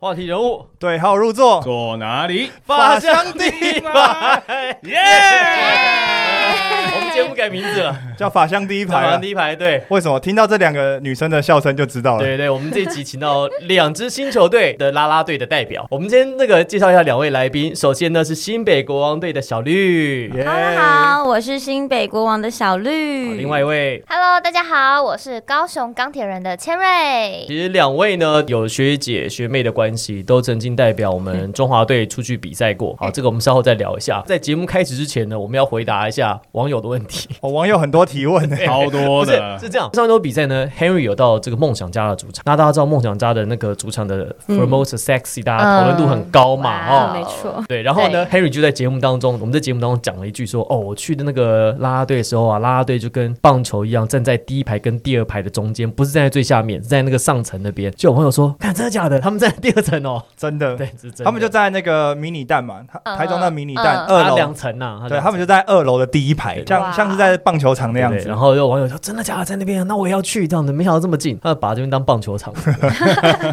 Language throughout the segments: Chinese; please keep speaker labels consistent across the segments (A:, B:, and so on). A: 话题人物
B: 对号入座，
C: 坐哪 里？
A: 发香地吧，耶！我们节目改名字了，
B: 叫法香第一排
A: 法
B: 啊
A: 香。第一排对。
B: 为什么听到这两个女生的笑声就知道了？
A: 对对，我们这一集请到两支新球队的啦啦队的代表。我们先那个介绍一下两位来宾，首先呢是新北国王队的小绿，
B: 耶
D: 哈喽，好，我是新北国王的小绿。
A: 啊另外一位
E: Hello，大家好，我是高雄钢铁人的千瑞。
A: 其实两位呢有学姐学妹的关系，都曾经代表我们中华队出去比赛过。好，这个我们稍后再聊一下。在节目开始之前呢，我们要回答一下网友的问题。
B: 我网友很多提问呢。
C: 超多
A: 不是
B: 哦
C: 的，
A: 是这样，上周比赛呢，Henry 有到这个梦想家的主场。那大家知道梦想家的那个主场的 Formosa Sexy，、大家讨论度很高嘛，
E: 哇
A: 哦
D: 嗯，。没错，
A: 对，然后呢，Henry 就在节目当中，我们在节目当中讲了一句说，哦，我去的那个啦啦队的时候啊，啦啦队就跟棒球一样，站在第一排跟第二排的中间，不是站在最下面，是在那个上层那边。就有朋友说，看真的假的？他们站在第二层哦，
B: 真 的，
A: 对，是真的
B: 他们就在那个迷你蛋嘛，他
E: 嗯
B: 台中那迷你蛋二
E: 嗯
A: 他
B: 楼
A: 呃两，层啊呐，
B: 对
A: 两层
B: 他们就在二楼的第一排，
A: 对
B: 像
D: 哇
B: 像是在棒球场那样
A: 对
B: 子
A: 然。后有网友说，真的假的？在那边，那我也要去这样子，没想到这么近，他把这边当棒球场。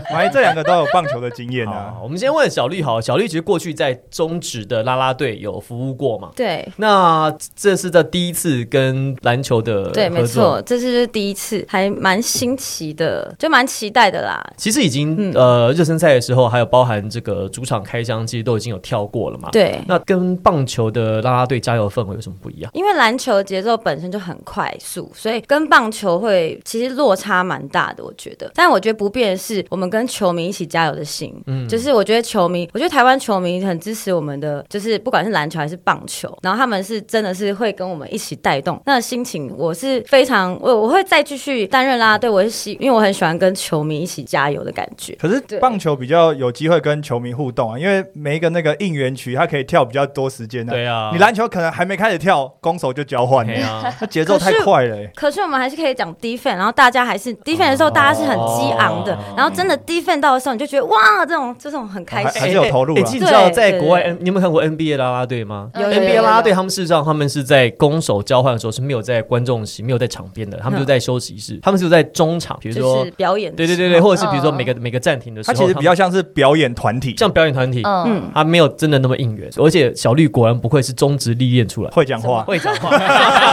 B: 反正这两个都有棒球的经验啊
A: 好，。哦我们先问小绿好了，小绿其实过去在中职的啦啦队有服务过嘛？
D: 对。
A: 那这是在第一次跟篮球的
D: 对，没
A: 合作
D: 错，。这次是第一次，还蛮新奇的，就蛮期待的啦。
A: 其实已经、
D: 嗯
A: 呃热身赛的时候，还有包含这个主场开箱，其实都已经有跳过了嘛。，
D: 对，
A: 那跟棒球的啦啦队加油氛围有什么不一样？
D: 因为篮球的节奏本身就很快速，所以跟棒球会其实落差蛮大的，我觉得。但我觉得不变的是我们跟球迷一起加油的心，嗯，就是我觉得球迷，我觉得台湾球迷很支持我们的，就是不管是篮球还是棒球，然后他们是真的是会跟我们一起带动那个心情，我是非常我我会再继续担任啦，对我是喜，因为我很喜欢跟球迷一起加油的感觉。
B: 可是
D: 对
B: 棒球比较有机会跟球迷互动啊，因为每一个那个应援曲，它可以跳比较多时间啊。
A: 啊
B: 你篮球可能还没开始跳，攻守就交换
A: 对
B: 了，
A: 啊，
B: 那节奏太快了欸。
D: 可是我们还是可以讲 defense，然后大家还是 defense 的时候，
A: 哦
D: 大家是很激昂的，然后真
A: 嗯
D: 的 defense 到的时候，你就觉得哇，这种这种很开
B: 还
D: 心。
B: 是有投入啊
A: 哎哎其实你知道
D: 对
A: 在国外，
D: 对
A: N- 你有没有看过 NBA 啦啦队吗？
D: 有有有
A: NBA
D: 有
A: 啦啦队，他们事实上他们是在攻守交换的时候是没有在观众席、没有在场边的，他们就在休息室，他们就在中场，比如
D: 嗯就
A: 说
D: 是表演，
A: 对对对对，，或者是比如说
E: 嗯
A: 每个每个暂停的时
B: 它
A: 候，
B: 其实比较
A: 他们
B: 像是表演团体，
A: 像表演团体，
E: 嗯，
D: 嗯，
A: 他没有真的那么应援，而且小绿果然不愧是中职历练出来。
B: 会讲话。
A: 会讲话，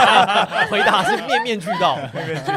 A: 回答是面面俱到，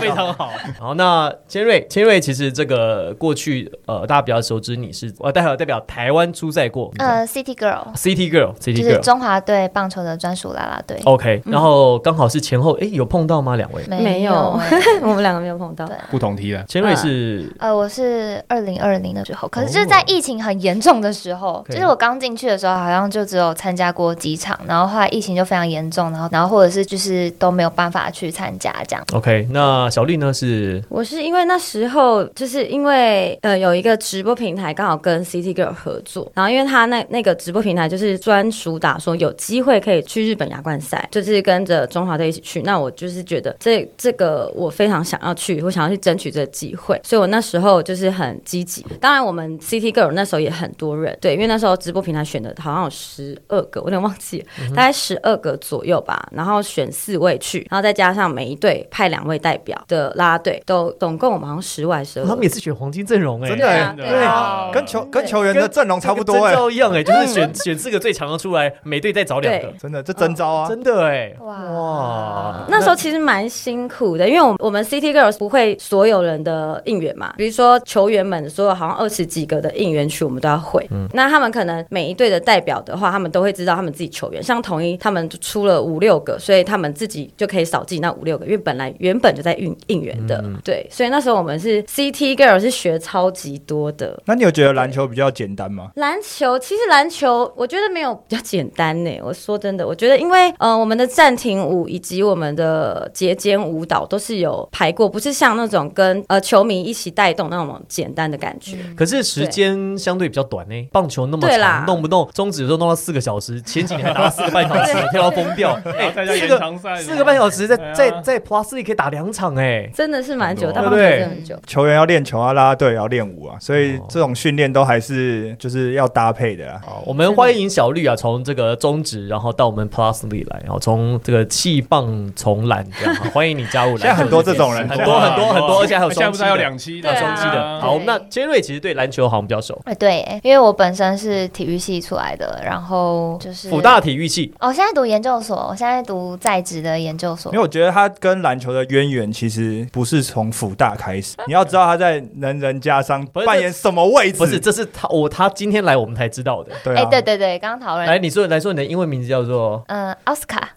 A: 非常好。好，那千瑞，千瑞其实这个过去呃，大家比较熟知你是呃，代表代表台湾出赛过，
E: 呃，City Girl
A: ，City Girl，City
E: 就是
A: Girl。哦
E: 中嗯华队棒球的专属啦啦队。
A: OK，然后刚好是前后，哎，有碰到吗？两位，
D: 没有
E: 欸
D: 我们两个没有碰到
E: 对。
C: 不同踢了。
A: 千瑞是
E: 呃，我是二零二零的时候，可是就是
A: 哦
E: 在疫情很严重的时候，
A: OK
E: 就是我刚进去的时候，好像就只有参加过几场，然后后来疫情就非常严重，然后然后或者是就是都没有办法去参加这样。
A: OK，那小绿呢是
D: 我是因为那时候就是因为呃有一个直播平台刚好跟 City Girl 合作，然后因为他那那个直播平台就是专属打说有机会可以去日本亚冠赛，就是跟着中华队一起去。那我就是觉得这这个我非常想要去，我想要去争取这个机会，所以我那时候就是很积极。当然我们 City Girl 那时候也很多人，对，因为那时候直播平台选的好像有十二个，我有点忘记了，
A: 嗯
D: 大概十二个左右吧，然后选四位去，然后再加上每一队派两位代表的啦啦队，都总共我们好像十位还是12
A: 他们也是选黄金阵容哎，
B: 真的欸
D: 对啊
B: 跟球跟球员的阵容差不
A: 跟
B: 多
A: 征
B: 哎，
A: 召一样哎，就是选选四个最强的出来，每队再找两个
D: 对，
B: 真的这真招啊！
A: 真的啊哎，
E: 哇
A: 哇
D: 那时候其实蛮辛苦的，因为我们我们 City Girls 不会所有人的应援嘛，比如说球员们所有好像二十几个的应援曲我们都要会。那他们可能每一队的代表的话，他们都会知道他们自己球员，像统一他们出了五六个，所以他们自己就可以少记那五六个，因为本来原本就在应应援的，对，所以那时候我们是 City Girls 是学超级多的。
B: 那你有觉得篮球比较简单吗？
D: 篮球其实篮球，我觉得没有比较简单呢。 我说真的，我觉得因为呃，我们的暂停舞以及我们的节间舞蹈都是有排过，不是像那种跟呃球迷一起带动那种简单的感觉。
A: 可是时间相对比较短呢、欸棒球那么
D: 对啦
A: 长，动不动中指都弄到四个小时，前几年还打到四个半小时，跳到疯掉，哎、
C: 大家
A: 四
C: 研
A: 个
C: 常赛
A: 哎四个半小时在
C: 对啊
A: 在在 Plus 里可以打两场哎，
D: 真的是蛮久，
C: 很多
D: 大
C: 啊
D: 棒球真的哦很久。
B: 球员要练球啊，啦啦队也要练舞啊，所以
A: 哦
B: 这种训练都还是就是要搭配的啊。
A: 好，我们欢迎小绿啊，从这个中职，然后到我们 Plus 里来，然后从这个气棒从篮这 样，好欢迎你加入篮球。
B: 现在很多这种人
A: 很多很多很多，而且还有
C: 哎现
A: 双
C: 在不
A: 期
C: 是还有
A: 的，
C: 两期，
A: 还有双期
D: 对
A: 的。
D: 啊
A: 好，
E: 对
A: 那杰瑞其实对篮球好像比较熟，
E: 哎，对，因为我本身是体育系出来的，然后就是
A: 辅大体育系，
E: 哦，现在读研究所，我现在读在职的研究所
B: 因为。我觉得他跟篮球的渊源其实不是从辅大开始，你要知道他在能人家商
A: 是
B: 扮演什么位置。
A: 不是，这是他我他今天来我们才知道的。
B: 对
E: 哎，
B: 啊，
E: 对对对，刚刚讨
A: 来，
E: 论，
A: 你说来说你的英文名字叫做
E: 嗯，奥斯卡，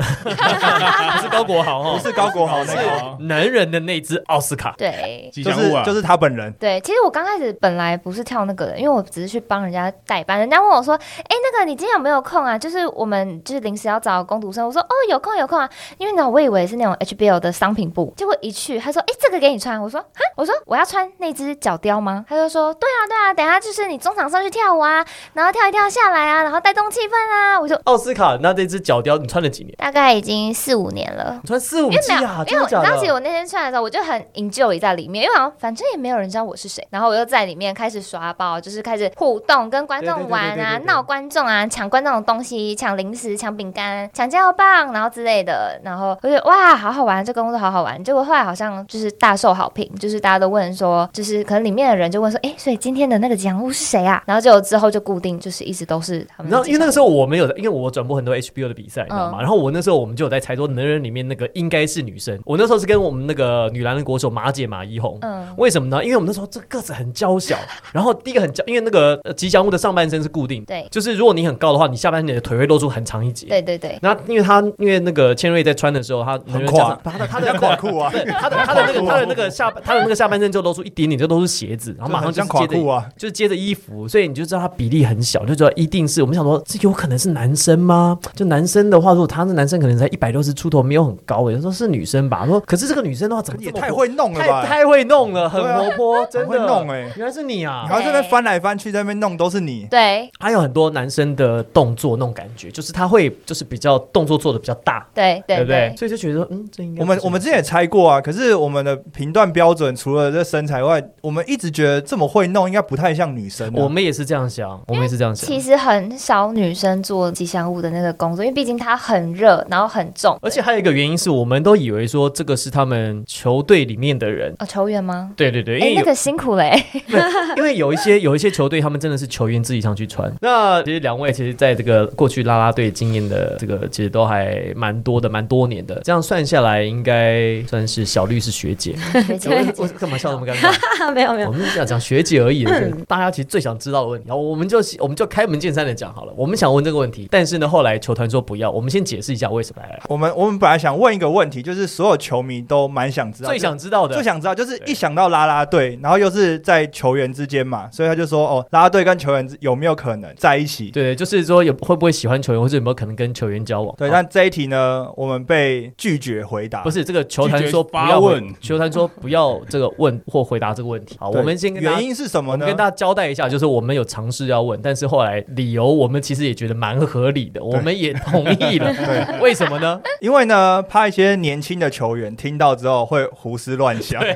A: 不是高国豪
B: 不
A: 哦，
B: 是高国豪那个，
C: 个
A: 男人的那只奥斯卡。
E: 对，
C: 吉
B: 就
C: 祥物啊，
B: 是就是他本人。
E: 对，其实我刚开始本来不是跳那个的，因为我只是去帮人家代班。人家问我说：“哎，那个你今天有没有空啊？”就是我们就是临时要找工读生，我说：“哦，有空有空啊。”因为呢，我以为是那种 HBO 的商品部，结果一去，他说：“哎，这个给你穿。”我说：“哈，我说我要穿那只脚貂吗？”他就说：“对啊，对啊，等一下就是你中场上去跳舞啊，然后跳一跳下来啊，然后带动气氛啊。”我就
A: 奥斯卡，那这只脚貂你穿了几年？
E: 大概已经四五年了。
A: 你穿四五
E: 因为
A: 季
E: 没有，
A: 啊？
E: 因
A: 真
E: 为
A: 的
E: 我
A: 假
E: 当时
A: 的？
E: 我那天穿的时候，我就很 enjoy 在里面，因为好像反正也没有人知道我是谁，然后我又在里面开始耍宝，就是开始互动，跟观众玩啊
B: 对对对对对对，对
E: 闹观众啊，抢观众的东西，抢零食、抢饼干、抢加油棒，然后之类的，然后我就觉得哇，好好玩，这工作好好玩。结果后来好像就是大受好评，就是大家都问说，就是可能里面的人就问说，哎，所以今天的那个吉祥物是谁啊？然后结果之后就固定就是一直都是他
A: 你
E: 们
A: 知道，
E: 的吉
A: 因
E: 祥物。
A: 为那个时候我们有，因为我转播很多 HBO 的比赛，你知道吗？
E: 嗯
A: 然后我那时候我们就有在猜说，能人里面那个应该是女生。我那时候是跟我们那个女篮的国手马姐马一红，
E: 嗯，
A: 为什么呢？因为我们那时候这个子很娇 小，然后第一个很娇，因为那个呃吉祥物的上半身是固定的，
E: 对
A: 就是如果你很高的话，你下半身你的腿会露出很长一截。
E: 对对对，
A: 那因为他因为那个千瑞在穿的时候，他
B: 很垮
A: 他的他的
B: 垮裤啊，
A: 对 他的他的那个他的那个下半他的那个下半身就露出一点点，就都是鞋子，然后马上
B: 很
A: 就
B: 像
A: 是
B: 垮
A: 接着
B: 裤啊，
A: 就是接着衣服，所以你就知道他比例很小，就知道一定是我们想说，这有可能是男生吗？就男生的话，如果他是男生，可能才一百六十出头，没有很高，欸有时候是女生吧。说可是这个女生的话，怎么
B: 也
A: 这么
B: 太
A: 活
B: 会弄了
A: 太
B: 吧？
A: 太会弄了，很
B: 对啊
A: 活泼，真
B: 会
A: 的
B: 弄欸
A: 原来是你啊
B: 然！后这边翻来翻去，在那边弄都是你。
E: 对
A: 还有很多男生的动作那种感觉，就是他会就是比较动作做的比较大，
E: 对对
A: 不对
E: 对？，
A: 所以就觉得说嗯，这应该
B: 我们
A: 不是
B: 我们之前也猜过啊，可是我们的评断标准除了这身材外，我们一直觉得这么会弄应该不太像女生、
A: 我
B: 啊。
A: 们也是这样想，我们也是这样想
E: 其。实很少女生做吉祥物的那个工作，因为毕竟它很热，然后很重，
A: 而且还有一个原因是我们都以为说这个是他们球队里面的人。
E: 哦，球员吗？
A: 对对对，因
E: 哎、
A: 为有、
E: 那个辛苦嘞、
A: 因为有一些有一些球队，他们真的是球员自己上去穿。那其实两位其实在这个过去啦啦队经验的这个，其实都还蛮多的，蛮多年的。这样算下来，应该算是小绿是学 姐。
E: 学
A: 我
E: 姐
A: 我干嘛笑那么尴尬？
D: 没有没
A: 我
D: 有，
A: 们是想讲学姐 而已，对不对嗯大家其实最想知道的问题，然后我们就我们就开门见山的讲好了，我们想问这个问题，但是呢，后来球团说不要，我们先解释一下为什么来，
B: 我们我们本来想问一个问题，就是所有球迷都蛮想知道，
A: 最想知道
B: 最
A: 的。
B: 想知道，就是一想到啦啦队，然后又是在球员之间嘛，所以他就说哦，啦啦队跟球员有没有可能在一起？
A: 对，就是说有会不会喜欢球员，或者有没有可能跟球员交往？
B: 对，
A: 啊
B: 但这一题呢，我们被拒绝回答。
A: 不是这个球团
C: 拒绝
A: 说不
C: 发
A: 要
C: 问
A: 回球团说不要这个问或回答这个问题。好，
B: 对，
A: 我们先跟大家
B: 原因是什
A: 我
B: 么
A: 们
B: 呢？
A: 跟大家交代一下，就是我们有尝试要问，但是后来理由我们其实也觉得蛮合理的，我们也同意了。
B: 对
A: 为什么呢？
B: 因为呢，怕一些年轻的球员听到之后会胡思乱想，
A: 对，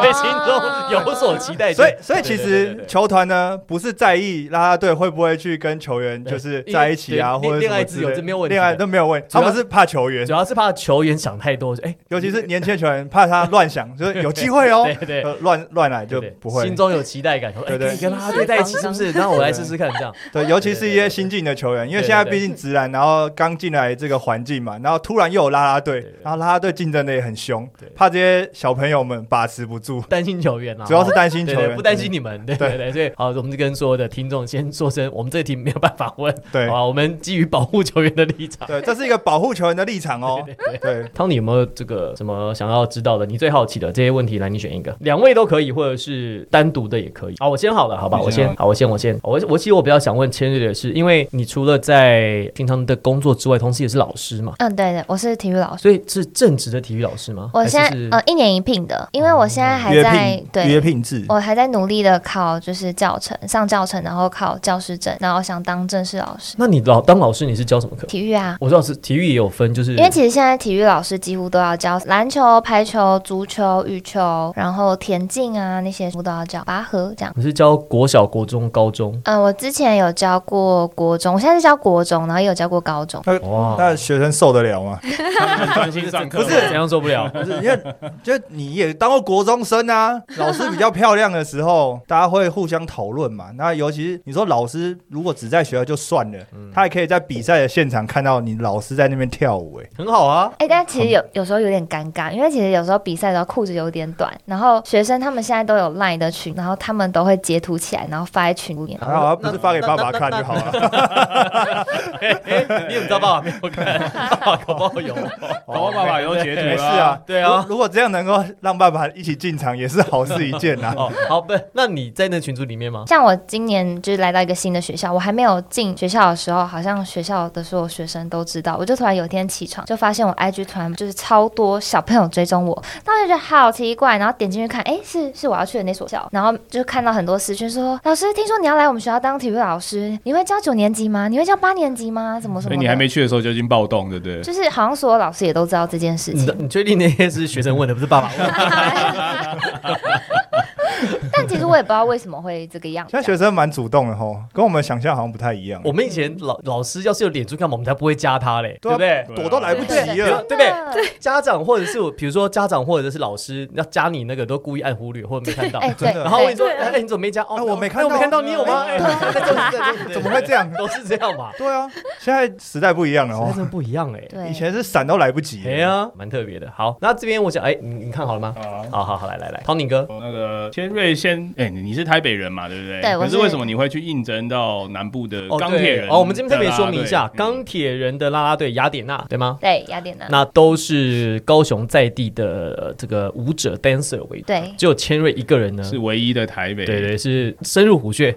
A: 对心中有所期待。
B: 所以所以
A: 对
B: 其
A: 对对对
B: 实
A: 对
B: 球团呢不是在意啦啦队会不会去跟球员就是在一起啊，
A: 对
B: 或者
A: 恋恋爱
B: 什么
A: 自由
B: 之类
A: 这没有问题的
B: 恋爱都没有问题，
A: 主要
B: 他们是怕球员
A: 主，要是怕球员想太多，哎，
B: 尤其是年轻的球员怕他 乱想，就是有机会哦
A: 对，对
B: 呃乱乱来就
A: 对对
B: 不会
A: 心。中有期待感，说哎，
B: 对对
A: 可以跟拉拉队在一起是 不是？那我来试试看，这样
B: 对，尤其是一
A: 对对对
B: 些
A: 对
B: 新进的球员，因为
A: 对对
B: 现在
A: 对
B: 毕竟直男，然后刚进来这个环境嘛，然后突然又有啦啦
A: 对
B: 队
A: 对，
B: 然后啦啦队竞争的也很凶
A: 对，
B: 怕这些小朋友们把持不住，
A: 担心球员啊，
B: 主要是担心
A: 对
B: 球
A: 对，
B: 员，
A: 不担心你们，对对对，所以好，我们就跟所有的听众先说声，我们这题没有办法问，
B: 对
A: 好吧，我们基于保护球员的立场。
B: 对，这是一个保护球员的立场 哦。对，
A: 汤尼有没有这个什么想要知道的？你最好奇的这些问题，来你选一个，两位都可以，或者是单独的也可以。好，我先好了，好吧，
C: 你
A: 我
C: 先
A: 先，好，我先，我先，我我其实我比较想问千日的是，因为你除了在平常的工作之外，同时也是老师嘛，
E: 嗯，对对，我是体育老师。
A: 所以是正职的体育老师吗？
E: 我现在
A: 还是是
E: 呃一年一聘的，因为我现在还
B: 约
E: 在
B: 聘约
E: 对，
B: 聘制，
E: 我还在努力的考就是教程，上教程，然后考教师证，然后想当正式老师。
A: 那你老当老师你是教什么课？
E: 体育啊，
A: 我知道是体育也有分，就是
E: 因为其实现在体育老师几乎都要教篮球、排球、足球、羽球，然后田径啊那些都要教，拔河这样。
A: 你是教国小、国中、高中。
E: 嗯，我之前有教过国中，我现在是教国中，然后也有教过高中。
B: 那
A: 哇，
B: 那学生受得了吗？
C: 专心上课
A: 哦
C: 吗，
A: 不是怎样受不了？
B: 不是，因为就你也当过国中生啊，老师比较漂亮的时候，大家会互相讨论嘛。那尤其是你说老师如果只在学校就算了，他还可以在比赛的现场看到你老师在那边跳舞、欸，
A: 很好 啊，
E: 哎、但其实有有时候有点尴尬，因为其实有时候比赛的时候裤子有点短，然后学生他们现在都有 LINE 的群，然后他们都会截图起来，然后发在群里面。
B: 还好啊不是发给爸爸看就好了。
A: 哎你怎么知道爸爸没有看？爸爸搞 不好有。
C: 搞不好爸爸有
B: 没
C: 截图
B: 事
C: 啦
B: 啊，，
A: 对啊
B: 如如果这样能够让爸爸一起进场，也是好事一件啊。
A: 哦，好，不，那你在那群组里面吗？
E: 像我今年就是来到一个新的学校，我还没有进学校的时候，好像学校的所有学生都知道。我就突然有一天起床，就发现我 IG 突然就是超多小朋友追踪我，那我就觉得好奇怪，然后点进去看，哎，是是我要去的那所校，然后就看到很多私讯说，老师，听说你要来我们学校当体育老师，你会教九年级吗？你会教八年级吗？怎么什
C: 所
E: 么的？
C: 以哎你还没去的时候就已经暴动，对不对？
E: 就是好像所有老师也都知道这件事
A: 你
E: 情
A: 的，你确定那些是学生问的，不是爸爸问的？
E: 但其实我也不知道为什么会这个样子
B: 现
E: 啊
B: 在。学生蛮主动的吼，跟我们想象好像不太一样。
A: 我们以前老老师要是有脸书干嘛，我们才不会加他嘞，对
B: 对啊
A: 不对？
B: 躲都来不及
A: 对
B: 了，哦
A: 不对？家长或者是我，比如说家长或者是老师要加你那个，都故意按忽略或者没看到。
E: 哎，对，
B: 真的
A: 然后问你说：“
E: 对
D: 对
A: 哎，你怎么没加？哦
B: 啊，我没看
A: 哎
B: 到
A: 我没看到，你有吗？哎，
B: 怎么会这样？
A: 都是这样嘛？
B: 对啊，现在时代不一样了
A: 那
B: 哦
A: 真，的不一样哎。
E: 对
B: 以前是闪都来不及。
A: 哎呀，蛮特别的。好，那这边我想，哎，你你看好了吗？
C: 啊。
A: 好好好，来来来，陶宁哥，
C: 那个天瑞先，哎、你你是台北人嘛，对不对？
E: 对我
C: 可是
E: 是
C: 为什么你会去应征到南部的
A: 哦
C: 钢铁
A: 对
C: 人
A: 哦，我们这边特别说明一下，
C: 对啦对
A: 钢铁人的啦啦队雅典娜，对吗？
E: 对，雅典娜，
A: 那都是高雄在地的呃这个舞者 dancer 为主，
E: 对，
A: 只有千瑞一个人呢
C: 嗯。是唯一的台北。
A: 对对，是深入虎 穴。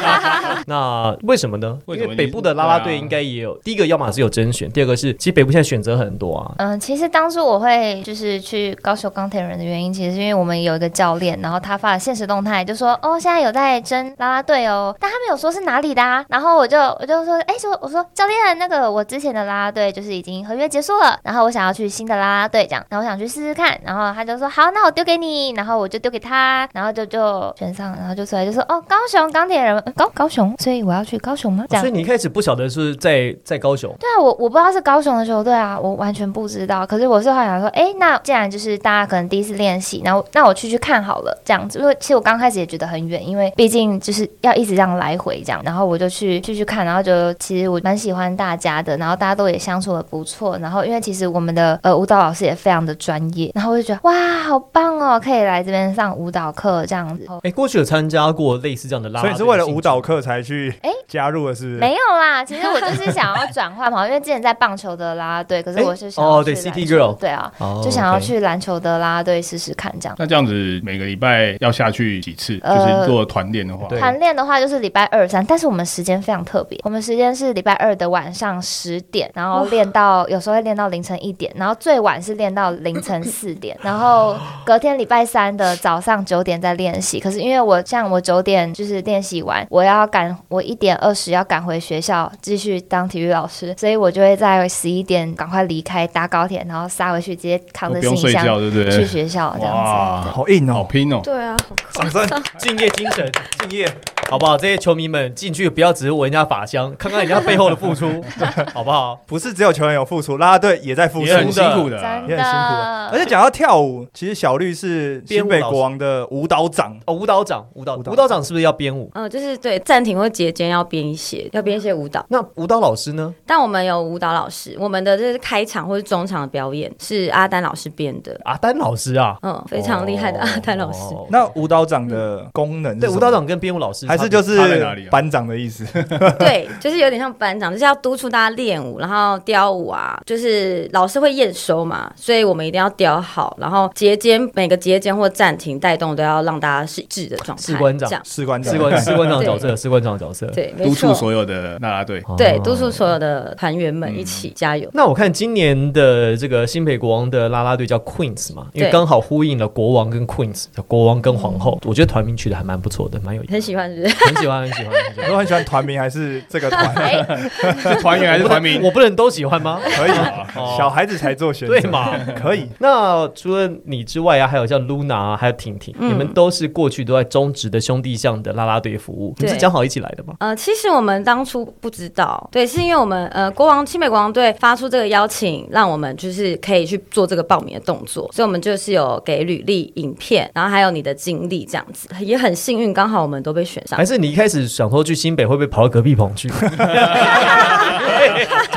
A: 那为什么呢？因
C: 为什么
A: 为北部的啦啦队
C: 对啊
A: 应该也有，第一个要么是有甄选，第二个是其实北部现在选择很多啊。
E: 嗯，其实当初我会就是去高雄钢铁人的原因，其实是因为我们有一个教练，然后他发了现实动态，就说哦，现在有在争啦啦队哦，但他没有说是哪里的、啊。然后我就我就说，哎，说我说教练，那个我之前的啦啦队就是已经合约结束了，然后我想要去新的啦啦队这样，然后我想去试试看。然后他就说好，那我丢给你，然后我就丢给他，然后就就选上，然后就出来就说哦，高雄钢铁人呃高高雄，所以我要去高雄吗？这样
A: 所以。你一开始不晓得是在在高雄，
E: 对啊，我我不知道是高雄的球队啊，我完全不知道。可是我是后来想说，哎，那既然就是大家可能第一次练习，然后那我去去看好了，这样子。因为其实我刚开始也觉得很远，因为毕竟就是要一直这样来回这样。然后我就去去去看，然后就其实我蛮喜欢大家的，然后大家都也相处的不错。然后因为其实我们的呃舞蹈老师也非常的专业，然后我就觉得哇，好棒哦，可以来这边上舞蹈课这样子。
A: 哎，过去有参加过类似这样的啦啦
B: 所
A: 队
B: 以
A: 的
B: 是为了
A: 性质
B: 舞蹈课才去
E: 哎
B: 加入的，是不是？
E: 没有啦，其实我就是想要转换嘛，因为之前在棒球的啦啦队，可是我是想要
A: 哦对
E: 去篮
A: City
E: 球
A: Girl
E: 对啊，
A: 哦
E: 就想要
A: OK
E: 去篮球的啦啦队试试看这样。
C: 那这样子每个礼拜要下去几次？就
E: 呃
C: 是做团练的话，
A: 对
E: 团练的话就是礼拜二、三，但是我们时间非常特别，我们时间是礼拜二的晚上十点，然后练到有时候会练到凌晨一点，然后最晚是练到凌晨四点，然后隔天礼拜三的早上九点再练习。可是因为我像我九点就是练习完，我要赶我一点二十要赶回学校继续当体育老师，所以我就会在十一点赶快离开搭高铁，然后杀回去，直接扛
C: 都哦
E: 着
C: 不用
E: 行
C: 睡
E: 箱
C: 觉，对不
E: 去
C: 对？
E: 学校这样子。
C: 哇，
B: 好硬
C: 好
B: 哦，
C: 拼哦！
D: 对啊，
B: 掌声
A: 敬业精神，
B: 敬业。
A: 好不好？这些球迷们进去不要只是闻人家法香，看看人家背后的付 出，好不好？
B: 不是只有球员有付出，啦啦队也在付出，
C: 也很辛苦的啊，
E: 真
B: 也很辛苦啊。而
E: 的，
B: 且讲到跳舞，其实小绿是新北国王的舞蹈长，
A: 哦，舞蹈长，舞蹈
B: 舞蹈
A: 舞蹈长是不是要编舞？
D: 嗯，就是对暂停或节间要编一些，要编一些舞蹈。
A: 那舞蹈老师呢？
D: 但我们有舞蹈老师，我们的这是开场或是中场的表演是阿丹老师编的，
A: 阿丹老师啊，
D: 嗯，非常厉害的
A: 哦
D: 阿丹老师。
A: 哦
B: 那舞蹈长的功能是
A: 对
B: 什么
A: 舞蹈长跟编舞老师是
B: 还是就
C: 差在哪里
B: 是
C: 啊
B: 班长的 意思？
D: 对，就是有点像班长，就是要督促大家练舞，然后雕舞啊，就是老师会验收嘛，所以我们一定要雕好，然后节间每个节间或暂停带动都要让大家是一致的状态，
A: 士官长
D: 这样
B: 士官长
A: 士官士官长的角色，士官长的角色，
D: 对，没
C: 督促
D: 错，
C: 所有嗯的啦啦队。
A: 哦
D: 对，督促所有的团员们一起加油。
A: 那我看今年的这个新北国王的啦啦队叫 Queens 嘛，因为
D: 对嗯
A: 刚好呼应了国王跟 Queens，叫国王跟皇后。我觉得团名取得还蛮不错的，蛮有意思，
D: 很喜欢，是 不是？
A: 很喜欢，很喜欢，很喜
B: 我都
A: 欢。
B: 很喜欢团名还是这 个团？
E: 哎，
C: 是团员还是团名？
A: 我不能都喜欢吗？
B: 可以
A: 哦，
B: 小孩子才做选择，
A: 对？嘛？
B: 可以，
A: 那除了你之外啊，还有像 Luna 啊，还有婷婷，
D: 嗯
A: 你们都是过去都在中职的兄弟象的啦啦队服务，你们是
D: 对
A: 讲好一起来的吗？
D: 呃，其实我们当初不知道，对，是因为我们呃国王新北国王队发出这个邀请，让我们就是可以去做这个报名的动作，所以我们就是有给履历、影片，然后还有你的经历这样子，也很幸运，刚好我们都被选上
A: 还。是你一开始想说去新北会不会跑到隔壁棚 去？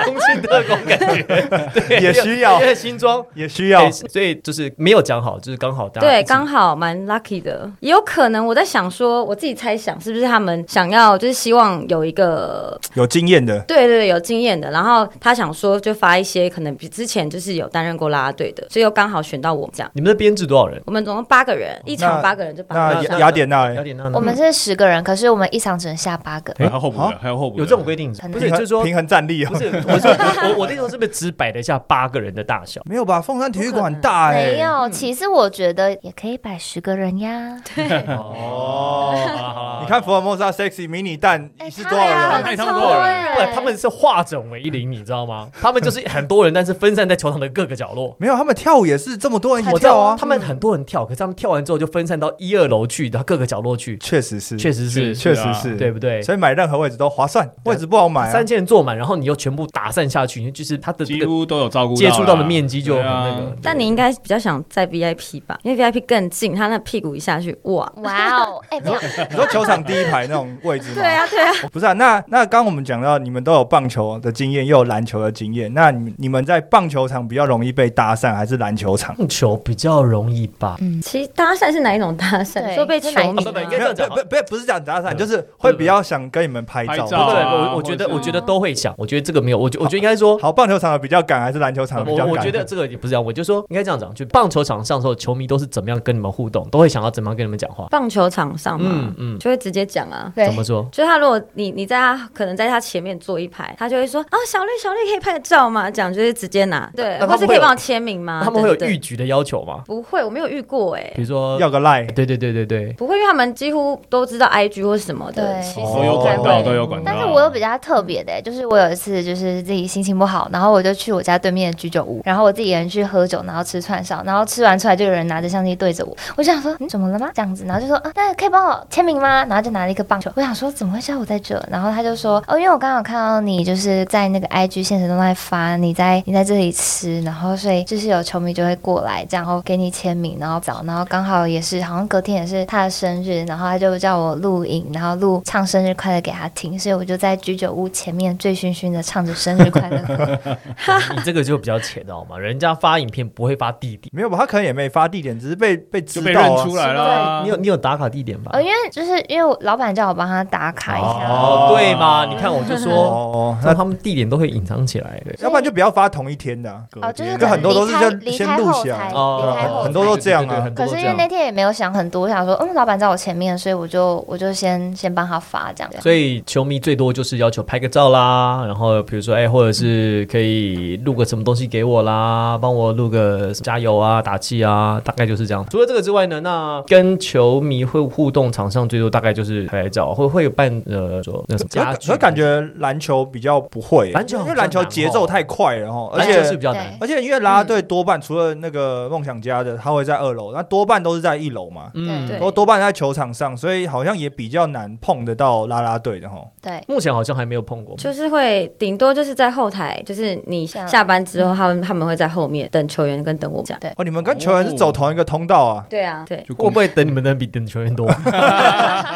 A: 中心特工感觉，对，
B: 也需要
A: 因为新装。
B: 也需要
A: 对，所以就是没有讲好，就是刚好大家一
D: 对，
A: 起
D: 刚好蛮 lucky 的，也有可能我在想说，我自己猜想是不是他们想要就是希望有一个
B: 有经验的。
D: 对对对有经验的，然后他想说就发一些可能比之前就是有担任过啦啦队的，所以又刚好选到我这样。
A: 你们的编制多少人？
D: 我们总共八个人，一场八个人就八个
B: 那
A: 啊
D: 人。
A: 那
B: 雅雅典娜嘞
A: 雅典娜呢，
E: 我们是十个人，可是我们一场只能下八个。
C: 哎还有候补
B: 啊
C: 的，还有候补的
A: 有这种规定，
E: 很
A: 不是
B: 平
A: 就
B: 衡
A: 是说
B: 平衡战力
A: 不
B: 哦，
A: 是，我说我我那时候是不是只摆得下八个人的大小？
B: 没有吧？凤山体育馆很大哎，
E: 没有，其实我觉得也可以摆十个人呀。
B: 哦。
A: 哦
B: 你看福尔摩沙 sexy 迷你蛋
E: 哎
B: 是多少人
E: 他
B: 啊？
E: 们
C: 哎他
E: 超
C: 们多少
E: 多
C: 人
A: 不然
E: 人，
A: 他们是化整为零，你知道吗？他们就是很多人，但是分散在球场的各个角落。
B: 没有，他们跳舞也是这么多人一
A: 我
B: 起
A: 知道
B: 跳啊
A: 他。们很多人跳，可是他们跳完之后就分散到一二楼去，然后各个角落去，
B: 确实是，
A: 确实是
C: 是
B: 确
C: 啊
B: 实是，
A: 对不对？
B: 所以买任何位置都划算，位置不好买啊
A: 三。千人坐满，然后你又全部打散下去，就是他的这
C: 几
A: 个
C: 乎都有照顾啦
A: 接触到的面积就很那
C: 对
A: 个
C: 啊。
D: 但你应该比较想在 VIP 吧，因为 VIP 更近，他那屁股一下去，哇！
E: 哇哦，哎，没有，
B: 你说球场第一排那种位 置吗？
D: 对啊，对啊，
B: 不是啊，那那刚刚我们讲到，你们都有棒球的经验，又有篮球的经验，那你们你们在棒球场比较容易被搭讪，还是篮球场？
A: 棒球比较容易吧？
B: 嗯
D: 其实搭讪是哪一种搭讪？
E: 对
D: 说被
E: 是
D: 球
E: 哪一
D: 迷
E: 种
D: 吗
A: 啊
B: 没
A: 应该
B: 有，
A: 这样讲
B: 不不不不是讲搭讪，
A: 嗯
B: 就是会比较想跟你们拍照。
C: 拍照
A: 对，
C: 啊
A: 我我觉得
C: 或者是
A: 我觉得都会想，我觉得这个没有，我觉我觉得应该说。
B: 好，棒球场的比较赶，还是篮球场的比较
A: 我
B: 赶？
A: 我觉得这个也不是这样，我就说应该这样讲，就棒球场上的时候，球迷都是怎么样跟你们互动，都会想要怎么样跟你们讲话。
D: 棒球场上嘛
A: 嗯，嗯，
D: 就会直接讲啊。
E: 对
A: 怎，么说？
D: 就是他，如果你你在他可能在他前面坐一排，他就会说啊，小绿小绿可以拍个照吗？这样就是直接拿，对，
A: 那他们
D: 或是可
A: 会
D: 以
A: 有
D: 帮我签名
E: 啊
D: 吗？
A: 他们会有
D: 对
A: 预
D: 对对
A: 局的要求吗？
D: 不会，我没有遇过哎、
A: 比如说，
B: 要个赖，
A: 对对对对 对，
D: 不会，因为他们几乎都知道 IG 或什么的
E: 对，
D: 其
B: 哦
D: 实
C: 都有管道，都有管道。
E: 但是我有比较特别的、就是我有一次就是自己心情不好，然后我就去我家对面的居酒屋，然后我自己一个人去喝酒，然后吃串烧，然后吃完出来就有人拿着相机对着我，我就想说、嗯、怎么了吗？这样子，然后就说啊，那可以帮我签名吗？然后就拿了一个棒球，我想说怎么会叫我在这？然后他就说哦，因为我刚好看到你就是在那个 IG 现实动态发你在你在这里吃，然后所以就是有球迷就会过来，这样然后给你签名，然后找，然后刚好也是好像隔天也是他的生日，然后他就叫我录影，然后录唱生日快乐给他听，所以我就在居酒屋前面醉醺醺的唱着生日快乐歌。
A: 你这个就比较浅，知道吗？人家发影片不会发地点，
B: 没有吧？他可能也没发地点，只是被被知
C: 就被认
B: 道啊
C: 出。来了。
A: 你有你有打卡地点吧
E: 呃，？哦因为就是因为我老板叫我帮他打卡一下，
A: 哦，对嘛？你看我就 说，
B: 哦，
A: 那
B: 那
A: 他们地点都会隐藏起来的。
B: 要不然就不要发同一天的啊。
E: 哦，就是
B: 就很多都是
E: 离开
B: 先
E: 离
B: 先
E: 开
B: 录
E: 后
B: 起来嗯
E: 才，
A: 哦
E: 离开后
B: 很多都
E: 才
B: 这样啊
A: 对对对很多
E: 可
A: 都这
E: 是因为
A: 样
E: 那天也没有想很多，我想说，嗯，老板在我前面，所以我就我就先先帮他发这样。
A: 所以球迷最多就是要求拍个照啦，然后比如说哎，或者是可以录个什么东西给我啦，帮我录个加油啊、打气啊，大概就是这样。除了这个之外呢，那跟球迷会互动，场上最多大概就是拍照，会会有办呃说那什么家
B: 可
A: 具
B: 可感觉篮球比较不会，
A: 篮球
B: 因
A: 好
B: 为
A: 像
B: 篮球
A: 难哦
B: 节奏太快了哈，而
A: 篮球是
B: 且
A: 比较难。
B: 而且因为啦啦队多半除了那个梦想家的，他会在二楼，那多半都是在一楼嘛，
A: 嗯，
D: 对
B: 都多半在球场上，所以好像也比较难碰得到啦啦队的哈。哦
E: 对，
A: 目前好像还没有碰过。
D: 就是会顶多就是在后台，就是你下班之后，他们他们会在后面等球员跟等我们这样。
E: 对
B: 哦，你们跟球员是走同一个通道啊？
D: 对啊，对，
C: 就
A: 会不会等你们的人比等球员 多？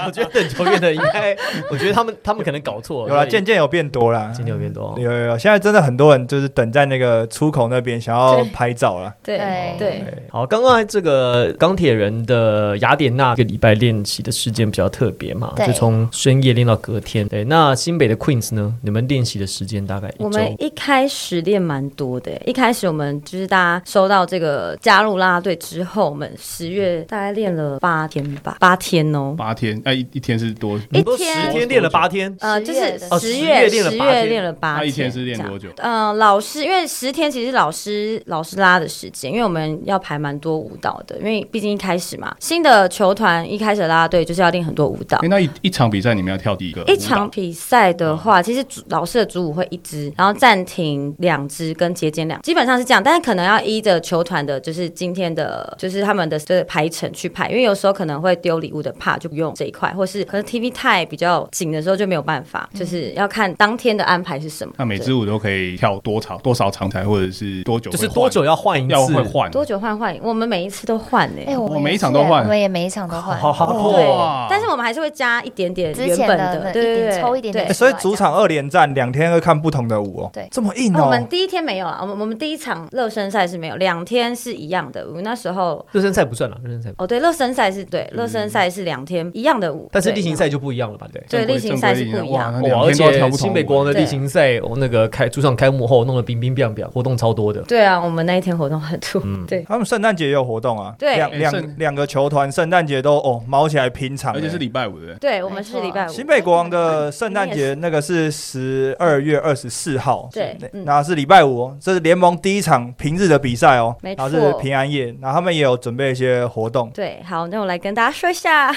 A: 我觉得等球员的应该，我觉得他们他们可能搞错了。
B: 有了，渐渐有变多啦。
A: 哦渐渐有变多。
B: 有有有，现在真的很多人就是等在那个出口那边，想要拍照了。
D: 对
E: 对
D: 对，
A: 好，刚刚这个钢铁人的雅典娜这个礼拜练习的时间比较特别嘛，
E: 对
A: 就从深夜练到隔天。对，那新北的 Queens 呢？你们练习的时间大概一
D: 我
A: 周
D: 们一开始练蛮多的，一开始我们就是大家收到这个加入啦啦队之后，我们十月大概练了八天吧，八天哦。
C: 八天，哎，一一天是多，
A: 你们都
D: 一天
A: 十天练了八天，
D: 呃，就
E: 10
D: 是
E: 月的
A: 哦
D: 十
A: 10月
D: 月
A: 练了
D: 十
A: 八天
D: 月练了八
C: 那
D: 天，
C: 一天是练多
D: 这样？
C: 久？
D: 嗯、老师，因为十天其实老师老师拉的时间，因为我们要排蛮多舞蹈的，因为毕竟一开始嘛，新的球团一开始的啦啦队就是要练很多舞蹈
C: 哎，。那一一场比赛你们要跳第一个舞蹈？嗯
D: 一场比赛的话，其实主老师的主舞会一支，然后暂停两支跟节剪两，基本上是这样。但是可能要依着球团的，就是今天的，就是他们的就是排程去排，因为有时候可能会丢礼物的怕就不用这一块，或是可能 TV 太比较紧的时候就没有办法，
E: 嗯
D: 就是要看当天的安排是什么。
C: 那每支舞都可以跳多长多少场才，或者是多久
A: 就
C: 会换？
A: 是多久要换一
C: 要
A: 次
C: 会？换？
D: 多久换换？我们每一次都换欸呢、
E: 哎，
C: 我
E: 我
C: 每
E: 每
C: 一场都换
E: 我们也每一场都换。
A: 好好好，
C: 哇
D: 但是我们还是会加一点点
E: 之
D: 原
E: 前
D: 本
E: 的
D: 的，
E: 那
D: 对
E: 一
D: 对
E: 点
D: 对，
E: 抽一点点
D: 对
B: 欸所以主场二连战两天会看不同的舞哦。
E: 对
B: 这么硬
D: 哦
B: 哦。
D: 我们第一天没有啊，我们我们第一场热身赛是没有，两天是一样的。我们那时候
A: 热身赛不算了，热身赛。
D: 哦，对，热身赛是对，热身赛是两天一样的舞，
A: 但是
D: 对
A: 例行赛就不一样了吧？对。
D: 对
C: 正规
D: 例行赛是
C: 正规
D: 不一
C: 哇
D: 样
C: 那
A: 哇，
C: 两
A: 而
C: 天都要跳
A: 且
C: 不同
A: 新
C: 舞
A: 北国王的
D: 对
A: 例行赛，我那个开主场开幕后弄得冰冰冰冰，活动超多的。
D: 对啊，我们那一天活动很多，
A: 嗯
D: 对
B: 他们圣诞节也有活动啊，
D: 对
B: 两
C: 欸
B: 两
C: 圣
B: 两个球团圣诞节都哦毛起来拼场欸，
C: 而且是礼拜五对不对？
D: 对，我们是礼拜五，
A: 啊
B: 新北国王的圣诞节那个是十二月二十四号，
D: 对
B: 是
D: 嗯
B: 那是礼拜五哦，这是联盟第一场平日的比赛哦，
D: 没
B: 然
D: 错
B: 后是平安夜，然后他们也有准备一些活动，
D: 对，好，那我来跟大家说一下，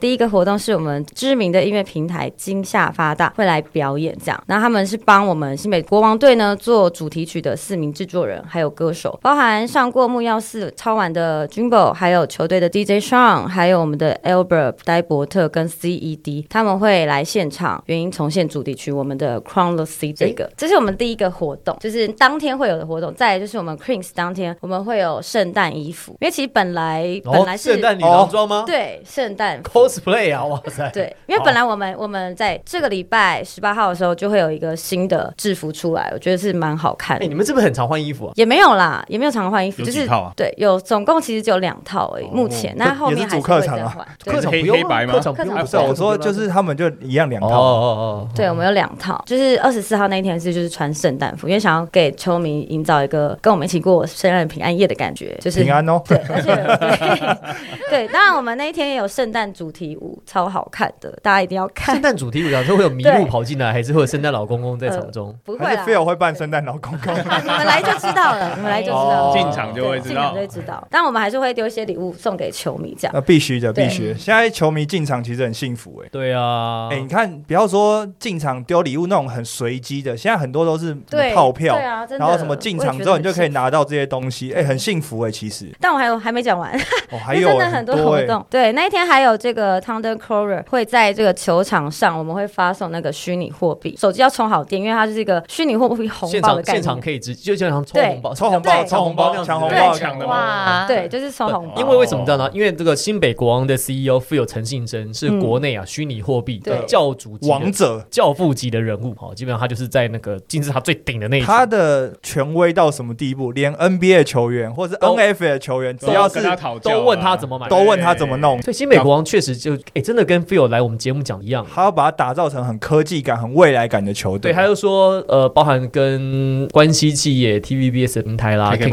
D: 第一个活动是我们知名的音乐平台惊吓发大会来表演，这样，那他们是帮我们新北国王队呢做主题曲的四名制作人还有歌手，包含上过木曜四超玩的 Jumbo，还有球队的 DJ Sean，还有我们的 Albert 戴伯特跟 CED，他们会来现场原音重现主题曲我们的 Crown the Sea 这
A: 哎
D: 个，这是我们第一个活动，就是当天会有的活动，再来就是我们 Queens 当天我们会有圣诞衣服，因为其实本来本来
A: 哦，
D: 是、
A: 圣诞女郎装吗？
D: 对圣诞服
A: cosplay 啊，哇 塞！
D: 对，因为本来我们我们在这个礼拜十八号的时候就会有一个新的制服出来，我觉得是蛮好看
A: 哎、
D: 的。
A: 你们是不是很常换衣服啊？
D: 也没有啦，也没有常换衣服，
C: 有
D: 就
C: 几
D: 是
C: 套啊
D: 对，有总共其实只有两套而已，目前那后面还会再换。对
A: 课场不
C: 黑
A: 用啊
C: 黑白吗哎
A: 课场不用
D: 课场
B: 不是我说就是他们就一样两
A: 哦
B: 套，
A: 哦哦，
D: 对，我们有两套，就是二十四号那一天是就是穿圣诞服，因为想要给球迷营造一个跟我们一起过圣诞平安夜的感觉，就是
B: 平安哦，
D: 对， 而且对，对， 当然我们那一天也有圣诞主题舞，超好看的，大家一定要看
A: 圣。诞主题舞蹈是会有麋鹿跑进来，还是会有圣诞老公公在场中？
D: 不会啊
B: 还是
D: 啦，
B: 菲尔会扮圣诞老公公，
D: 你们来就知道了，你们来就知道了，
A: 哦
C: 进场就会
D: 对
C: 知
D: 进场
C: 道
D: 就。会知道。但我们还是会丢一些礼物送给球迷，这样
B: 那必须的，
D: 对
B: 必须的。现在球迷进场其实很幸福哎。
A: 对啊，
B: 哎、你看，不要说进场丢礼物那种很随机的，现在很多都是什么套票，
D: 对啊，真的
B: 然后什么进场之后你就可以。
D: 我也觉得很幸福
B: 拿到这些东西，哎、很幸福哎、其实
D: 但我还有还没讲完，
B: 哦， 还有
D: 真的很
B: 很
D: 多
B: 哎
D: 活动。对，那一天还有这个 Thunder Crawler 会在这个球场上，我们会发送那个虚拟货币，手机要充好电，因为它就是一个虚拟货币哎红
A: 现
D: 包的
A: 场
D: 概
A: 现
D: 念。
A: 场可以直就现场抽
D: 对
A: 红包，
B: 抽红包
A: 对抽红包那样子
B: 抢红
D: 包
A: 对
C: 抢的吗
E: 哇，
D: 对，就是抽红
C: 哦
D: 包。
A: 因为为什么知道呢？因为这个新北国王的 CEO 富有陈信生是国内啊虚拟货币的
D: 嗯对
A: 教主级的
B: 王者，
A: 教父级的人物，哦，基本上他就是在那个金字塔最顶的那一
B: 他
A: 层。
B: 的权威到什么地步？连 NBA 球员或是
A: 都
B: NFA 的球员，只
C: 都
B: 要
C: 跟
B: 是
C: 他讨教啊，
A: 都问他怎么买
B: 都问他怎么弄，
A: 所以新北国王确实就哎、真的跟 Phil 来我们节目讲一样，
B: 他要把它打造成很科技感、很未来感的球
A: 对，
B: 队。
A: 他就说，呃，包含跟关系企业、TVBS 的平台啦、
C: KKBOX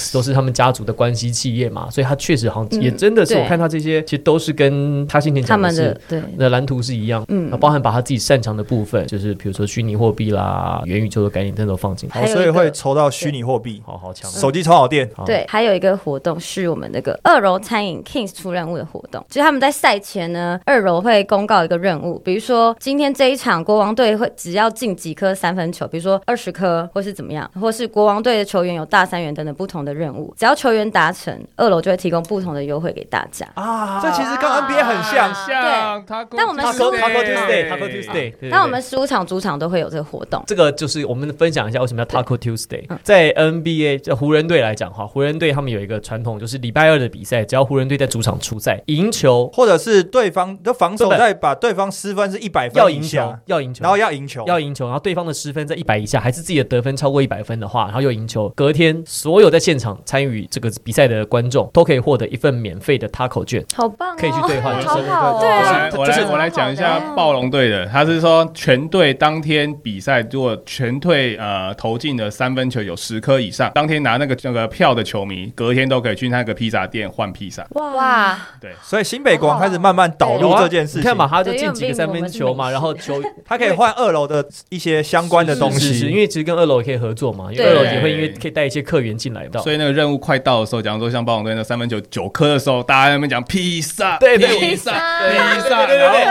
A: KKBox 都是他们家族的关系企业嘛，所以他确实好像也
D: 嗯
A: 真的是，
D: 对
A: 我看他这些其实都是跟他先前
D: 他
A: 讲
D: 们
A: 是
D: 的对
A: 那蓝图是一样，
D: 嗯
A: 那包含把他自己擅长的部分，就是比如说虚拟货币啦、元宇宙的概念，真的都放进去，
D: 还有
B: 哦，
D: 一
B: 所以
D: 个
B: 会抽到虚拟货币，
A: 好好强，啊
B: 手机充好电，
A: 好，
D: 对，还有一个活动是我们那个二楼餐饮 Kings 出任务的活动，就是他们在赛前呢，二楼会公告一个任务，比如说今天这一场国王队会只要进几颗三分球，比如说二十颗，或是怎么样，或是国王队的球员有大三元等等不同的任务，只要球员达成，二楼就会提供不同的优惠给大家。
B: 啊，这其实跟 NBA 很像。
C: 像他，
D: 但我们
A: 他
D: 十五
A: 说
D: 对
A: 他说 Tuesday，他说 Tuesday，对对对
D: 那我们十五场主场都会有这个活动，动。
A: 这个就是我们分享一下为什么叫 Taco Tuesday。在
D: 嗯
A: NBA 在湖人队来讲的话，湖人队他们有一个传统，就是礼拜二的比赛，只要湖人队在主场出赛，赢球
B: 或者是对方的防守
A: 对
B: 在把对方失分是一百分
A: 要
B: 以
A: 赢球
B: 下，，
A: 要赢球，
B: 然后要赢球，
A: 要赢球，然后对方的失分在一百以下，还是自己的得分超过一百分的话，然后又赢球，隔天所有在现场参与这个比赛的观众都可以获得一份免费的 taco 券。
D: 好棒哦！
A: 可以去兑换
E: 好好哦，
B: 对
C: 我
B: 啊
C: 来，我
A: 就是
C: 来，我来讲一
E: 好的
C: 下暴龙队的，他是说全队当天比赛，如果全队呃投进的三分球有十颗以上，当天拿那个那个票的球迷，隔天都可以去那个披萨店换披萨。
D: 哇，
E: 哇，
B: 所以新北国王开始慢慢导入
A: 有啊
B: 这件事
A: 你
B: 情
A: 看，嘛，他就
D: 对因为
A: 进
D: 我们
A: 几个
D: 并
A: 三
D: 我
A: 分
D: 们是
A: 球
D: 美
A: 嘛，
D: 食
A: 然后球
B: 他可以换二楼的一些相关的东
A: 是是是因
B: 西。
A: 为其实跟二楼也可以合作嘛，因为
D: 对
A: 二楼也会因为可以带一些客源进来到。
C: 所以那个任务快到的时候，假如说像暴龙队那三分球九颗的时候，大家在那边讲披萨，
A: 对对
C: 披萨，披萨，
A: 对对对对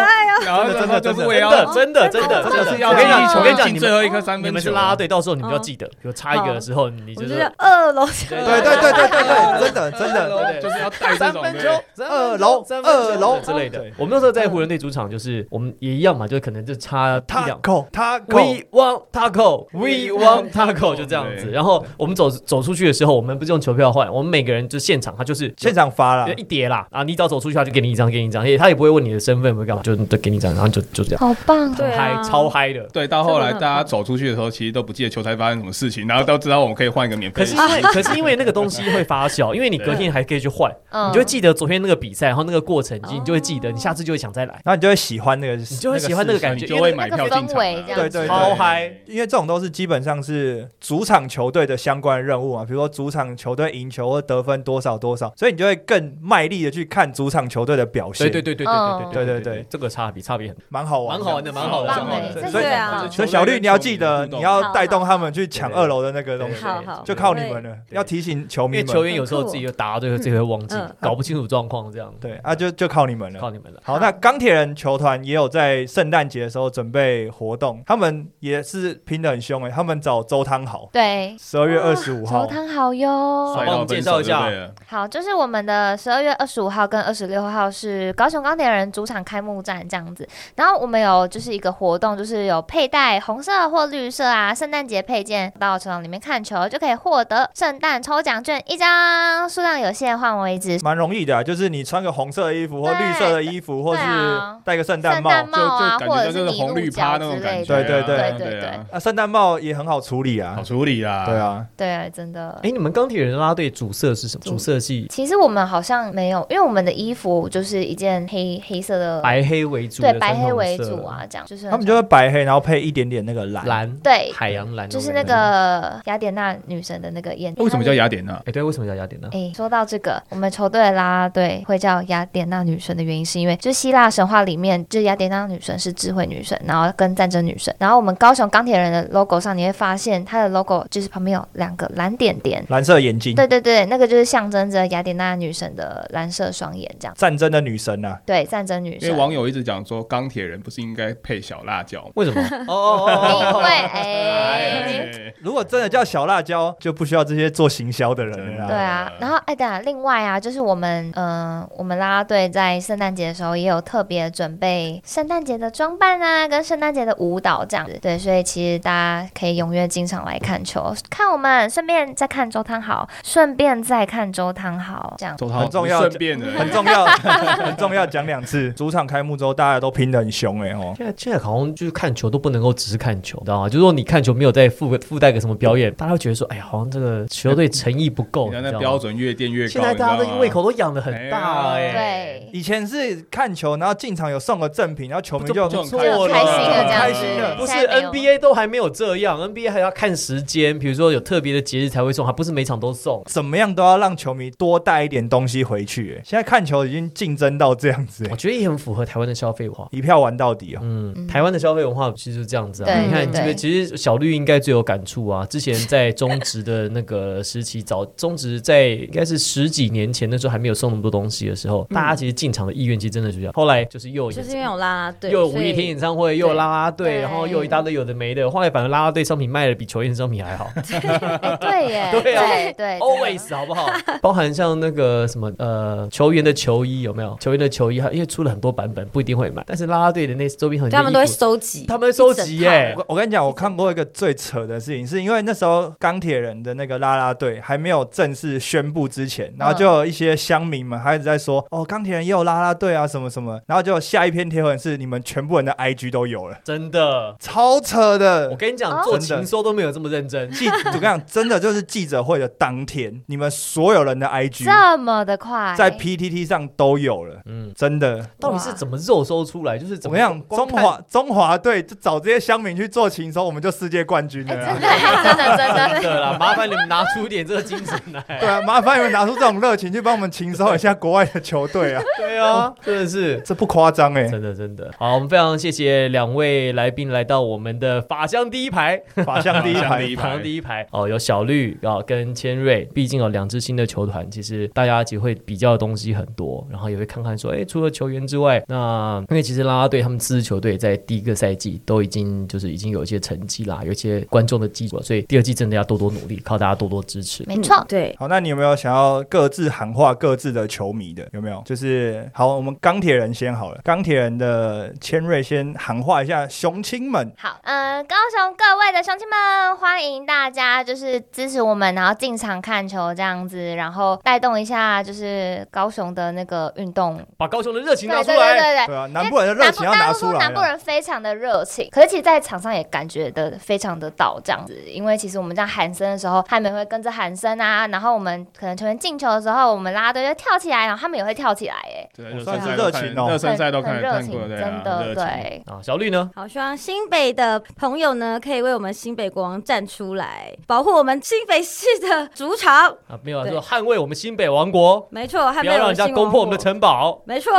C: 然后然
A: 哦
C: 后
B: 真的
C: 然后就
B: 真的
C: 是我也要
A: 真的真的真的
C: 这个
A: 真
C: 是
A: 的，
C: 要
A: 我跟你讲，
C: 球
A: 我跟你讲，
C: 进
A: 你
C: 最
A: 们
C: 后一颗三
A: 你
C: 分
A: 们是
C: 球，啊
A: 啦啦队，到时候你们要
D: 哦
A: 记得，比如差一个的时候，你
D: 我
A: 就
D: 就是是二楼
A: 对
B: 对对对对 对对，真的真的。
A: 对对
C: 就是要带这
A: 三
C: 种
A: 分
C: 对嗯
A: 球，
B: 二楼
A: 三分球
B: 二楼
A: 之类的
B: 对。
A: 我们那时候在湖人队主场，就是我们也一样嘛，就可能就差一两
B: Taco
A: We
B: Taco，
A: want taco, we want taco，就这样子。
C: 对
A: 然后我们走走出去的时候，我们不是用球票换，我们每个人就现场，他就是
B: 现场发了
A: 就，一叠啦啊！你只要走出去，他就给你一张，给你一张，也他也不会问你的身份，不会干嘛，就就给你一张，然后就就这样，
E: 好棒！
D: 对
A: 嗨
D: 啊，
A: 超嗨的。
C: 对，到后来
D: 真的
C: 大
D: 很
C: 家走出去的时候，其实都不记得球赛发生什么事情，然后都知道我们可以换一个免费
A: 可
C: 的
A: 是因为，可是因为那个东西会发酵，因为你隔天还可以去换，
E: 嗯
A: 你就会记得昨天那个比赛，然后那个过程，你你就会记得，
D: 哦
A: 你下次就会想再来，
B: 然后你就会喜欢那个，你
A: 你就会喜欢那个感
C: 你
A: 觉，
C: 就
A: 因为
C: 会
A: 那个
C: 买票进场
E: 氛围
C: 啊，
E: 这
B: 样子对对对
A: 超嗨
B: 因为这种都是基本上是主场球队的相关任务嘛，比如说主场球队赢球或得分多少多少，所以你就会更卖力的去看主场球队的表现。
A: 对对对对
E: 嗯
A: 对对
B: 对对对，
A: 这个差别差别很大，
B: 蛮好玩，
A: 蛮好玩的，蛮好玩
E: 棒哎，
A: 欸的
E: 这。
B: 所以
E: 个很
D: 啊
E: 棒
B: 所以小绿，你要记得，你要带动他们去抢
A: 对对对
B: 二楼的那个东西，
D: 好好，
B: 就靠你们了。
A: 对
B: 要提醒球
A: 因
B: 迷
A: 为球
B: 们，
A: 员有时候自己就答到最后，自己会忘记
D: 嗯嗯，
A: 搞不清楚状况，这样
B: 对啊，就就靠你们了。
A: 靠你们了。
B: 好，那钢铁人球团也有在圣诞节的时候准备活动，他们也是拼得很凶欸诶、他们找周汤豪，
E: 对，
B: 十二月二十五号
E: 手，哦汤好哟。
C: 帅到分手就对了，
E: 好，就是我们的十二月二十五号跟二十六号是高雄钢铁人主场开幕战这样子，然后我们有就是一个活动，就是有佩戴红色或绿色啊圣诞节配件到球场里面看球，就可以获得圣诞抽奖券一张，数量有限，换为止。
B: 蛮容易的、啊，就是你穿个红色的衣服或
E: 对
B: 绿色的衣服，或是
E: 对啊
B: 戴个圣诞
E: 圣
B: 帽。
E: 诞
C: 就
E: 帽啊，
C: 就感
E: 或者
C: 觉
E: 是
C: 就是
E: 泥
C: 红绿
E: 鹿
C: 趴那
E: 角之
C: 种
E: 类
C: 感
E: 的，
C: 觉，
B: 对对
E: 对
C: 对
E: 对
C: 啊，
B: 啊，圣诞帽也很好处理啊
C: 好，处理啦，
B: 对，啊，
E: 对，真的。
A: 哎，你们钢铁人啦队主色是什么？
E: 主
A: 主色系
E: 其实我们好像没有，因为我们的衣服就是一件黑黑色的，
A: 白黑为主的
E: 对
A: 传统色，
E: 白黑为主啊，这样就是很
B: 他们就会白黑，然后配一点点那个蓝。
A: 蓝，
E: 对
A: 海洋蓝，
E: 就是那。个雅典娜女神的那个眼。
C: 为什么叫雅典娜？
A: 哎，对，为什么叫雅典娜？
E: 哎、说到这个，我们球队的啦啦队会叫雅典娜女神的原因，是因为就希腊神话里面，就雅典娜女神是智慧女神，然后跟战争女神。然后我们高雄钢铁人的 logo 上，你会发现它的 logo 就是旁边有两个蓝点点。
B: 蓝色眼
C: 嗯
B: 睛，
E: 对对对，那个就是象征着雅典娜女神的蓝色双眼，这样。
B: 战争的女神啊，
E: 对，战争女
C: 因
E: 神。
C: 为 网友一直讲说钢铁人不是应该配小辣椒吗？
A: 为什么？ 哦哦哦
E: 因
A: 哦
E: 为
A: 哦，
E: 哎。
C: 哎
B: 如果真的叫小辣椒，就不需要这些做行销的人了
E: 对
B: 啦。
E: 啊，然后哎，等下，另外啊，就是我们，嗯、我们啦啦队在圣诞节的时候也有特别准备圣诞节的装扮啊，跟圣诞节的舞蹈这样子。对，所以其实大家可以踊跃经常来看球，看我们，顺便再看周汤豪，顺便再看周汤豪，这样。
C: 周涛
B: 很重要
C: 顺便的，
B: 很重要， 很重要，讲两次。主场开幕之后，大家都拼得很凶哎、哦，
A: 现在现在好像就是看球都不能够只是看球，知道吗？就是说你看球没有再附附带个什么表
E: 嗯
A: 演，大家会觉得说，哎呀，好像这个球队诚意不够，你
C: 你看
A: 知
C: 那
A: 道
C: 标
A: 吗？
C: 准越垫越高，
A: 现在大家
C: 你知道
A: 的
C: 吗
A: 胃口都养的很大
C: 哎
A: 哎，
C: 呀
E: 对，
B: 以前是看球，然后进场有送个赠品，然后球迷就
C: 就很
A: 开
C: 了
A: 心了这样子
B: 开心了
A: 不是
E: 现在没有
A: NBA 都还没有这样，NBA 还要看时间，比如说有特别的节日才会送，还不是每场都送。
B: 怎么样都要让球迷多带一点东西回去、欸。现在看球已经竞争到这样子、欸
A: 我觉得也很符合台湾的消费文化。
B: 一票玩到底哦、
A: 嗯，
E: 嗯
A: 台湾的消费文化其实就是这样子啊。
E: 对
A: 你看，
E: 对
A: 这个
E: 对
A: 其实小绿应该最有感触啊。之前在中职的那个时期，早中职在应该是十几年前，那时候还没有送那么多东西的时候，大家其实进场的意愿其实真的是这样。后来就是又有
D: 就是
A: 演
D: 因为有啦啦队，
A: 又有
D: 所
A: 五
D: 以
A: 月天演唱会，又有
D: 对
A: 啦啦队，
E: 对
A: 然后又有一大堆有的没的。后来反而啦啦队商品卖的比球员商品还好
E: 哎对耶，
A: 对啊
E: 对
D: 哎
E: 对
A: ，always 好不 好？包含像那个什么呃球员的球衣有没有？球员的球衣，因为出了很多版本，不一定会会买，但是啦啦队的那周边很
D: 啊他们都会收集，
A: 他们会收集耶、
B: 我我跟你讲，我看过一个最扯的事情，是因为那时候钢铁人的那个啦啦队还没有正式宣布之
A: 嗯
B: 前，然后就有一些乡民们还一直在说，哦，钢铁人也有啦啦队啊，什么什么，然后就下一篇贴文是你们全部人的 IG 都有了，
A: 真的。
B: 超扯
A: 我
B: 的。
A: 跟你讲，
E: 哦
A: 做情说都没有这么认真。
B: 记，我跟你讲，真的就是记者会的当天，你们所有人的 IG
E: 这么的快，
B: 在 PTT 上都有了，
A: 嗯，
B: 真的。
A: 到底是怎么肉搜出来？就是怎
B: 我
A: 么
B: 跟你讲，
A: 光
B: 中
A: 看
B: 华中华队就找这些乡民去做情搜，我们就世界冠军了
E: 哎，
B: 啊、
E: 真的，真的，真 的。
A: 真 的啦，麻烦你们拿出一点这个精神来。
B: 对啊，麻烦你们拿出这种热情去帮我们情收一下国外的球队啊，
A: 对啊，真的是。
B: 这不夸张哎，
A: 真的真的好，我们非常谢谢两位来宾来到我们的法香第一排，
B: 法相第一
C: 法相
B: 排
C: 第一排
A: 法香第一排哦，有小绿啊、哦跟千瑞，毕竟有两支新的球团，其实大家其实会比较的东西很多，然后也会看看说，哎，除了球员之外，那因为其实啦啦队他们四支球队在第一个赛季都已经就是已经有一些成绩啦，有一些观众的基础了，所以第二季真的要多多努力，靠大家多多支持。
E: 没错
D: 嗯，对，
B: 好，那你有没有想要各自喊话各自的球迷的？有没有？就是好，我们钢铁人先好了，钢铁人的千瑞先喊话一下雄青们，
E: 好，嗯，高雄各位的乡亲们，欢迎大家就是支持我们，然后进场看球这样子，然后带动一下就是高雄的那个运动。
A: 把高雄的热情
E: 对
A: 拿
E: 对
A: 出
E: 对
A: 来。
E: 对
B: 对
E: 对。
B: 啊，南部人的热情要拿出来
E: 哎南部
B: 啊。
E: 人非常的热情，可是其实，在场上也感觉的非常的到这样子，因为其实我们这样喊声的时候，他们也会跟着喊声啊，然后我们可能球员进球的时候，我们拉队就跳起来，然后他们也会跳起来，哎，
C: 对，
B: 哦
C: 热
B: 算
C: 身
B: 是
C: 赛
B: 热
C: 都
B: 情
C: 看，
B: 哦
C: 热身赛都
E: 很
C: 看
E: 热
C: 看
E: 情
C: 过，，对啊
E: 真，的
C: 热情。
E: 对。
A: 啊，小绿呢？
D: 好，希望新北的朋友呢，可以为我们新北国王站出来，保护我们新北市的主场。
A: 啊，没有啊，
D: 对
A: 说捍卫我们新北王国，
D: 没错，还
A: 不
D: 没
A: 要
D: 有
A: 让人家
D: 新
A: 攻破我们的
D: 王国。
A: 城堡。
D: 没错，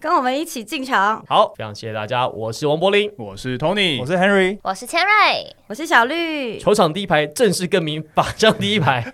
D: 跟我们一起进场。
A: 好，非常谢谢大家，我是王柏林。
C: 我是 Tony，
B: 我是 Henry，
E: 我是千瑞，
D: 我是小绿，
A: 球场第一排正式更名，法上第一排。